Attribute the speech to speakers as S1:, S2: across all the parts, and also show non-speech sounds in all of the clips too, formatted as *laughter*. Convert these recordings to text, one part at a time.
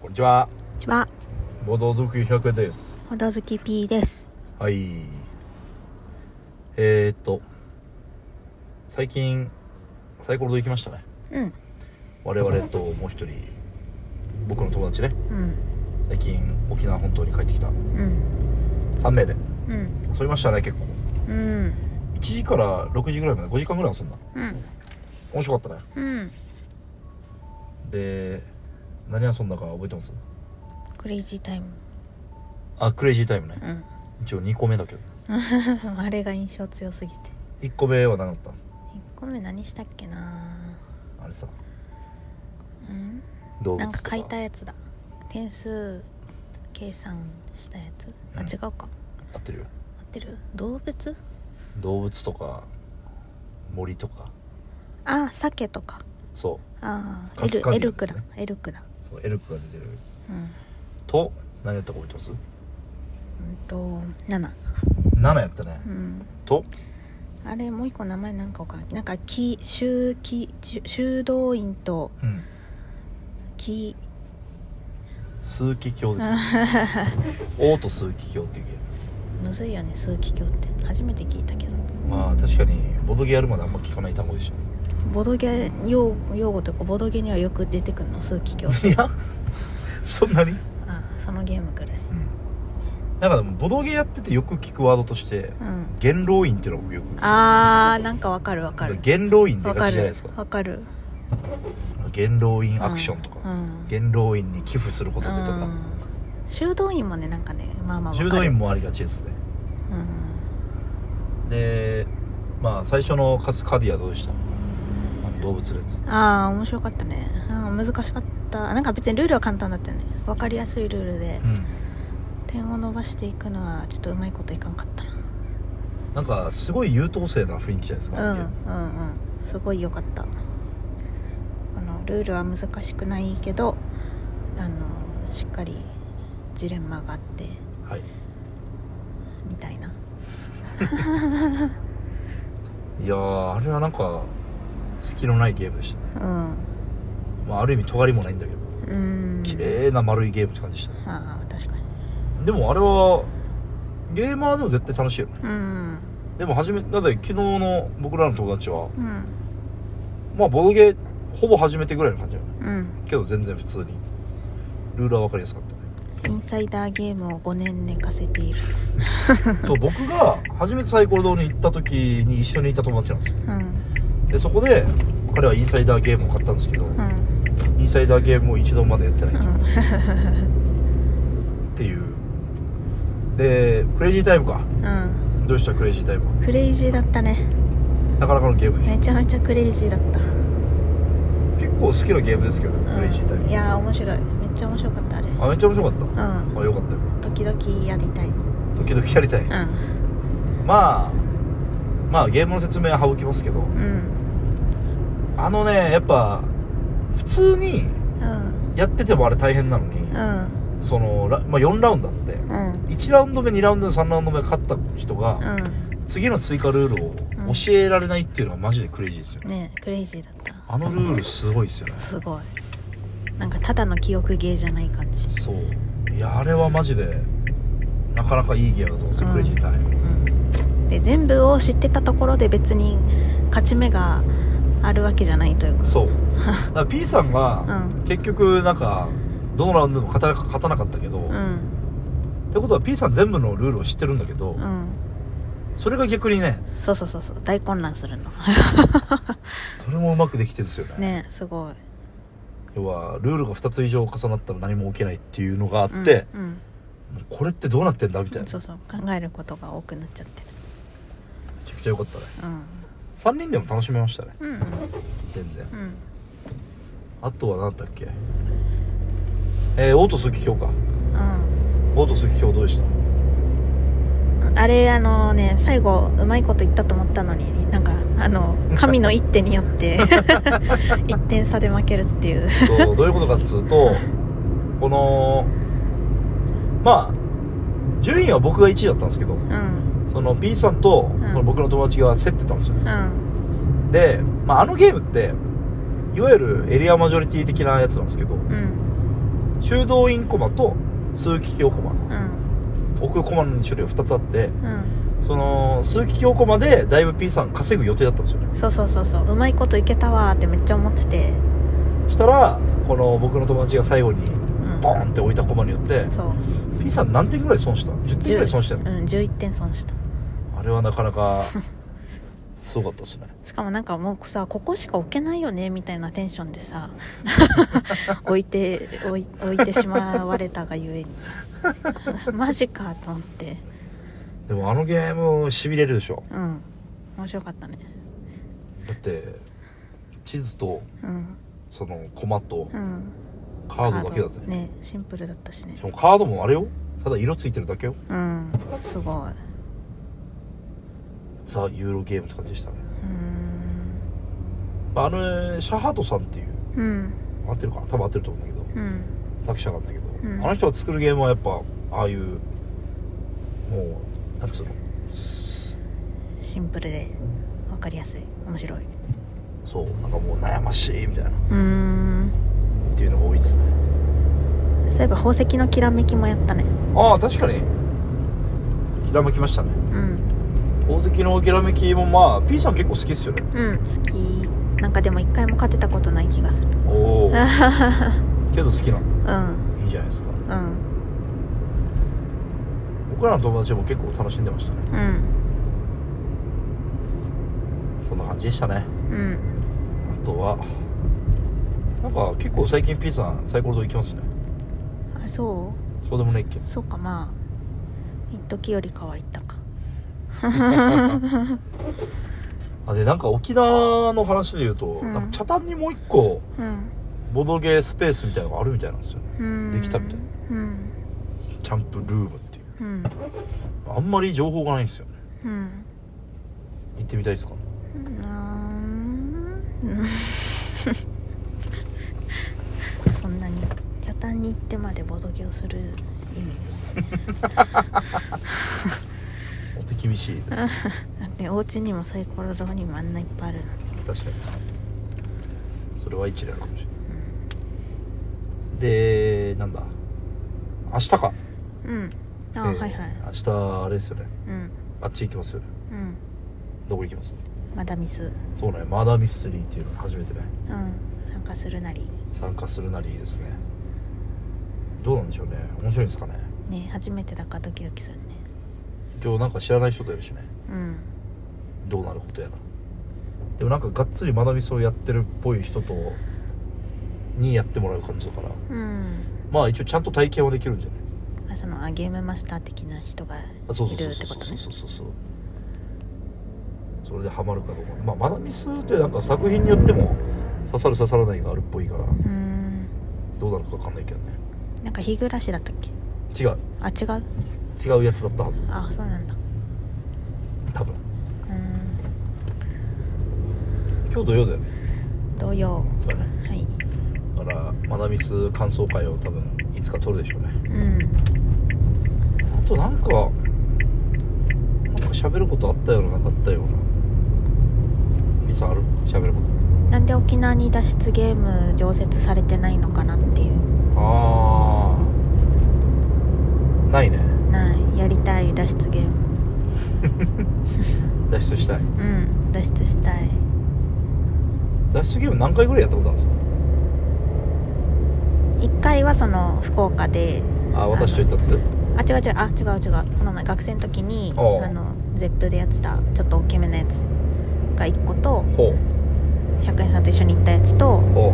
S1: こんにちは。
S2: こんにちは、
S1: ボード族100円です。
S2: ほどずき P です。
S1: はい。えー、っと、最近、サイコロで行きましたね。
S2: うん、
S1: 我々ともう一人、僕の友達ね。
S2: うん、
S1: 最近、沖縄本島に帰ってきた。
S2: うん、
S1: 3名で。
S2: うん、
S1: 遊びましたね、結構。
S2: うん、
S1: 1時から6時ぐらいまで、5時間ぐらい遊んだ。
S2: うん、
S1: 面白かったね。
S2: うん、
S1: で、何遊んだか覚えてます
S2: クレイジータイム。
S1: あ、クレイジータイムね。
S2: うん、
S1: 一応2個目だけど。
S2: あれが印象強すぎて。
S1: 1個目は何だった
S2: 一個目何したっけな。
S1: あれさ、
S2: うん、
S1: 動
S2: な
S1: 物
S2: ん
S1: と
S2: か
S1: か。
S2: 書いたやつだ。点数計算したやつ。あ、
S1: うん
S2: 違うか。
S1: 合ってるよ。
S2: 合ってる？動物？
S1: 動物とか森とか
S2: あ、鮭とか。
S1: そ
S2: あー、
S1: カスカニ
S2: エルエルクだ
S1: です。
S2: エルクだ。
S1: うそうエルクが出てるやつ
S2: うん。
S1: と何やったか覚えてます
S2: うんと七。
S1: 7やったね
S2: うん。
S1: と
S2: あれもう一個名前なんかわからないなんかき修き修修道院と
S1: うん
S2: き
S1: 枢機卿 *laughs* ですよ王と枢機卿っていうゲー
S2: むずいよね枢機卿って初めて聞いたけど
S1: ムまあ確かにボドゲやるまであんま聞かない単語でし
S2: ボドゲ用用語というかボドゲにはよく出てくるの枢機
S1: *laughs*
S2: 卿
S1: たいやそんなに、
S2: あそのゲームくらい
S1: なんかでもボドゲやっててよく聞くワードとして
S2: うん
S1: 元老院っていうのが僕よく聞く
S2: あーなんかわかるわかる
S1: 元老院って
S2: わ
S1: 感
S2: か
S1: じじゃない
S2: る
S1: ですか
S2: わかる
S1: 元老院アクションとか、
S2: うん
S1: 元老院に寄付することでと
S2: う
S1: か
S2: ん、修道院もねなんかねまあまあわか
S1: 柔
S2: る
S1: 道院もありがちですね
S2: うん
S1: でまあ最初のカスカディアどうでしたあの動物列
S2: ああ面白かったねなんか難しかったなんか別にルールは簡単だったよねわかりやすいルールで
S1: うん
S2: 点を伸ばしていくのはちょっとうまいこといかんかった
S1: なんかすごい優等生な雰囲気じゃないですか、
S2: なう
S1: あ
S2: ん
S1: のゲ
S2: うんうんすごい良かったあのルールは難しくないけどあのしっかりジレンマがあって
S1: ームはい
S2: みたいない
S1: やーあれはなんか隙のないゲームでしたね、
S2: うん
S1: まあ、ある意味尖りもないんだけど
S2: うん
S1: 綺麗な丸いゲームって感じでしたね
S2: ああ確かに
S1: でもあれはゲーマーでも絶対楽しいよね
S2: うん
S1: でも初めだって昨日の僕らの友達は
S2: うん
S1: まあボドゲーほぼ初めてぐらいの感じだよね
S2: うん
S1: けど全然普通にルールは分かりやすかったね
S2: インサイダーゲームを5年寝かせている
S1: と僕が初めてサイコロ堂に行った時に一緒にいた友達なんですよ
S2: うん
S1: でそこで彼はインサイダーゲームを買ったんですけど、
S2: うん
S1: インサイダーゲームを一度までやってな
S2: う
S1: い
S2: ん
S1: っていう、でクレイジータイムか
S2: うん
S1: どうしたクレイジータイムは
S2: クレイジーだったね
S1: なかなかのゲームでしょ
S2: めちゃめちゃクレイジーだった
S1: 結構好きなゲームですけど、
S2: うん
S1: クレイジータイム
S2: いやー面白いめっちゃ面白かったあれ
S1: あめっちゃ面白かった、
S2: う
S1: あよかったよ
S2: ん時々やりたいうん
S1: 時々やりたい、まあまあゲームの説明は省きますけど
S2: うん
S1: あのねやっぱ普通に
S2: うん
S1: やっててもあれ大変なのに、
S2: うん
S1: その、ラまあ、4ラウンドあって、
S2: うん
S1: 1ラウンド目2ラウンド目3ラウンド目勝った人が、
S2: う
S1: 次の追加ルールを教えられないっていうのはマジでクレイジーですよ
S2: ん
S1: ね
S2: ねクレイジーだっ
S1: あのルールすごいですよね
S2: たすごいなんかただの記憶ゲーじゃない感じ
S1: そういやあれはマジでなかなかいいゲームだと思うんですよ、
S2: うん
S1: クレイジータイム
S2: うんで全部を知ってたところで別に勝ち目があるわけじゃないというか *laughs*
S1: そうだから P さんが
S2: う
S1: 結局なんかどのラウンドでも勝た勝たなかったけど、
S2: う
S1: っ
S2: ん
S1: てことは P さん全部のルールを知ってるんだけど、
S2: うん
S1: それが逆にね
S2: そうそうそうそう大混乱するの
S1: それもうまくできてるんですよね
S2: ねすごい
S1: 要はルールが2つ以上重なったら何も起きないっていうのがあって、
S2: うんうん
S1: これってどうなってんだみたいな
S2: そうそう考えることが多くなっちゃってる
S1: めちゃくちゃ良かったね
S2: うん
S1: 3人でも楽しめましたね
S2: うん
S1: 全然
S2: うんうん
S1: あとは何だっけえー、オート鈴木京か
S2: うん
S1: オート鈴木京どうでした
S2: あれあのね最後うまいこと言ったと思ったのになんかあの神の一手によって
S1: *laughs*
S2: 一点差で負けるっていう
S1: そうどういうことかっつうとこのまあ順位は僕が1位だったんですけど
S2: うん
S1: その B さんとこ
S2: ん
S1: の僕の友達が競ってたんですよ、
S2: うん
S1: で、まあ、あのゲームっていわゆるエリアマジョリティ的なやつなんですけど
S2: うん
S1: 修道院駒と枢機卿駒
S2: うん
S1: 奥駒の種類が2つあって
S2: うん
S1: その枢機卿駒でだいぶ P さん稼ぐ予定だったんですよね
S2: そうそうそうそううまいこといけたわーってめっちゃ思ってて、
S1: したらこの僕の友達が最後に
S2: うん、
S1: ボーンって置いた駒によって
S2: そう、
S1: P さん何点ぐらい損した10点ぐらい損した
S2: う
S1: よ
S2: ん
S1: ね、
S2: 11点損した
S1: あれはなかなかすごかったですね
S2: しかもなんかもうさここしか置けないよねみたいなテンションで
S1: *laughs*
S2: さ置いて置い置いてしまわれたがゆえにマジかと思って
S1: でもあのゲームしびれるでしょ
S2: うん面白かったね
S1: だって地図と
S2: うん
S1: その駒と
S2: うん
S1: カードだけだぜ、
S2: カードねシンプルだったしね
S1: しかもカードもあれよただ色ついてるだけよ
S2: うんすごいう
S1: ザ・ユーロゲームって感じでしたね
S2: ーん
S1: あのシャハトさんっていう
S2: うん
S1: 合ってるかな多分合ってると思うんだけど
S2: うん
S1: 作者なんだけど、
S2: うん
S1: あの人が作るゲームはやっぱああいうもうなんつうのす
S2: シンプルで分かりやすい面白いう
S1: そうなんかもう悩ましいみたいな
S2: ーん
S1: っていうのが多いっすね
S2: そういえば宝石のきらめきもやったね
S1: ああ確かにきらめきましたね
S2: うん
S1: 宝石のきらめきもまあ P さん結構好きっすよね
S2: うん好きなんかでも一回も勝てたことない気がする
S1: おおけど好きなん
S2: うん
S1: だいいじゃないですか
S2: うん
S1: 僕らの友達も結構楽しんでましたね
S2: うん
S1: そんな感じでしたね
S2: うん
S1: あとはなんか結構最近 P さんサイコロ堂行きますね
S2: あそ
S1: そうでも
S2: *laughs*
S1: ないっけ
S2: うそうかまあ一時よりかは行ったか
S1: あでなんか沖縄の話で言うと、
S2: うん
S1: なんか茶壇にもう一個
S2: うん
S1: ボドゲスペースみたいなのがあるみたいなんですよね
S2: うん
S1: できたみたい
S2: うん
S1: キャンプルームっていう
S2: うん
S1: あんまり情報がないんですよね
S2: うん
S1: 行ってみたいですか
S2: うーん *laughs* そんなに茶壇に行ってまでボドゲをする意味 *laughs*
S1: お手厳しいですね
S2: だってお家にもサイコロ堂にもあんないっぱいあるの
S1: 確かにそれは一理あるかもしれないでなんだ明日か
S2: うん
S1: え
S2: あ、
S1: ー
S2: はいはい
S1: 明日あれですよね
S2: うん
S1: あっち行きますよね
S2: うん
S1: どこ行きます
S2: まだミス
S1: そうねマーダーミステリーっていうのに初めてね
S2: うん参加するなり
S1: 参加するなりですねどうなんでしょうね面白いんですかね
S2: ね初めてだからドキドキするね
S1: 今日なんか知らない人といるしね
S2: うん
S1: どうなることやらでもなんかがっつりマダミスをやってるっぽい人とにやってもらう感じだから
S2: うん
S1: まあ一応ちゃんと体験はできるんじゃない
S2: あそのあゲームマスター的な人がい
S1: あそうそうそ
S2: る
S1: う
S2: って
S1: そ
S2: こ
S1: う
S2: と
S1: そう
S2: ね
S1: そうそうそうそれでハマるかどうかまあマダミスってなんか作品によっても刺さる刺さらないがあるっぽいから
S2: うん
S1: どうなるか分かんないけどね
S2: なんか日暮らしだったっけ
S1: 違う
S2: あ違う
S1: 違うやつだったはず
S2: あそうなんだ
S1: 多分
S2: うん
S1: 今日土曜だよね
S2: 同様
S1: だね
S2: はい
S1: だからマダミス感想会を多分いつか撮るでしょうね
S2: うん
S1: あとなんかなんか喋ることあったようななかったようなみーさんある喋るこ
S2: なんで沖縄に脱出ゲーム常設されてないのかなっていう
S1: とああないね *laughs*
S2: ないやりたい脱出ゲーム
S1: 脱出したい
S2: うん脱出したい
S1: 脱出ゲーム何回ぐらいやったことあるんですか
S2: 1回はその福岡で
S1: ああ私と行ったって
S2: あ違う違うあ違う違うその前学生の時に
S1: おう
S2: あの ZEP でやってたちょっと大きめのやつが1個と
S1: ほ
S2: 100円さんと一緒に行ったやつと
S1: うほ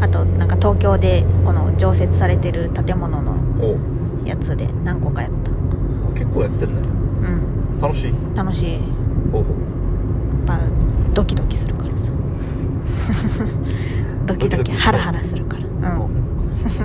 S2: あとなんか東京でこの常設されてる建物の
S1: うほ
S2: やつで何個かやった
S1: う結構やってんね
S2: うん
S1: 楽しい
S2: 楽しいや
S1: ほうほう
S2: っぱドキドキするから
S1: *laughs*
S2: さドキ
S1: ドキド
S2: ド
S1: キ
S2: キハラハラするからうん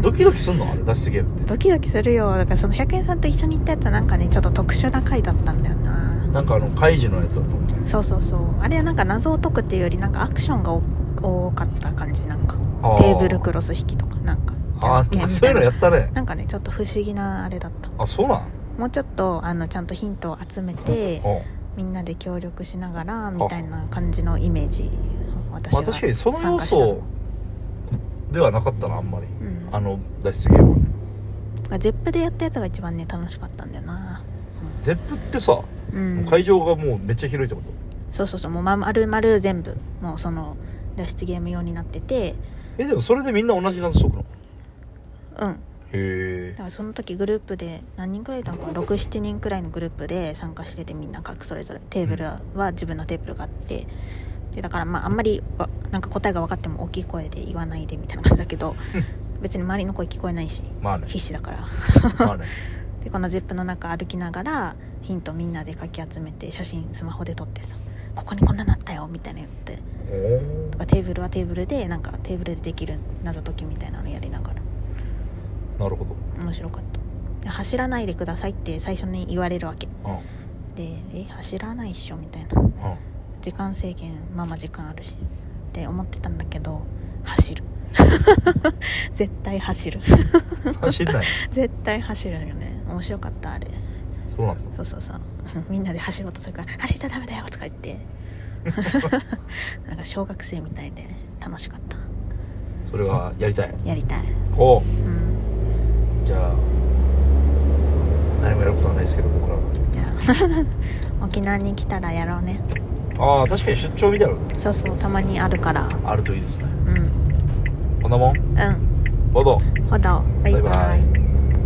S1: ドキドキすんのあれ脱出ゲームって
S2: ドキドキするよだからその100円さんと一緒に行ったやつはなんかねちょっと特殊な回だったんだよな
S1: なんかあの開示のやつだと思う
S2: そうそうそうあれはなんか謎を解くっていうよりなんかアクションが多多かった感じなんか
S1: あー
S2: テーブルクロス引きとかなんかじ
S1: あ
S2: ゃ
S1: あ
S2: んけん
S1: ー
S2: み
S1: そう
S2: た
S1: い
S2: いう
S1: の
S2: な
S1: やったね
S2: なんかねちょっと不思議なあれだった
S1: あそうなん
S2: もうちょっとあのちゃんとヒントを集めて
S1: ほう
S2: みんなで協力しながらみたいな感じのイメージ私
S1: まあ
S2: は
S1: 確かにその要
S2: 参加した
S1: 素ではなかったなあんまり、
S2: うん
S1: あの脱出ゲームは
S2: がゼップでやったやつが一番ね楽しかったんだよな
S1: ゼップってさ、
S2: う、
S1: もうん会場がもうめっちゃ広いってこ
S2: そうそうそうもうまるまる全部もうその脱出ゲーム用になってて
S1: とえでもそれでみんな同じダンスしとくのへ
S2: うんだ
S1: え
S2: からその時グループで何人くらいいたのかな67人くらいのグループで参加しててみんな各それぞれテーブルはは自分のテーブルがあってでだからまああんまりわなんか答えが分かっても大きい声で言わないでみたいな感じだ
S1: *laughs*
S2: けど別に周りの声聞こえないし
S1: ま
S2: *laughs*
S1: あね
S2: 必死だから
S1: ま
S2: *laughs*
S1: あね
S2: でこの ZIP の中歩きながらヒントみんなでかき集めて写真スマホで撮ってさ「ここにこんなのあったよ」みたいなの言って
S1: おー
S2: とかテーブルはテーブルでなんかテーブルでできる謎解きみたいなのやりながら
S1: なるほど
S2: 面白かったで走らないでくださいって最初に言われるわけ
S1: うん
S2: で「え走らないっしょ」みたいな
S1: うん
S2: 時間制限まあまあ時間あるしって思ってたんだけど走る *laughs* 絶対走る *laughs*
S1: 走んない
S2: 絶対走るよね面白かったあれ
S1: そうなんだ
S2: *laughs* そうそうそうみんなで走ろうとするから「走ったらダメだよ」とか言って *laughs* なんか小学生みたいで楽しかった
S1: それがやりたい
S2: やりたい、
S1: おう
S2: うん、
S1: じゃあ何もやることはないですけど僕らは
S2: じゃあ *laughs* 沖縄に来たらやろうね
S1: ああ確かに出張みたいなの
S2: そうそうたまにあるから
S1: あるといいですね
S2: うん
S1: こんなもん
S2: うん
S1: どうぞ
S2: ほどバイバイ
S1: バイバイ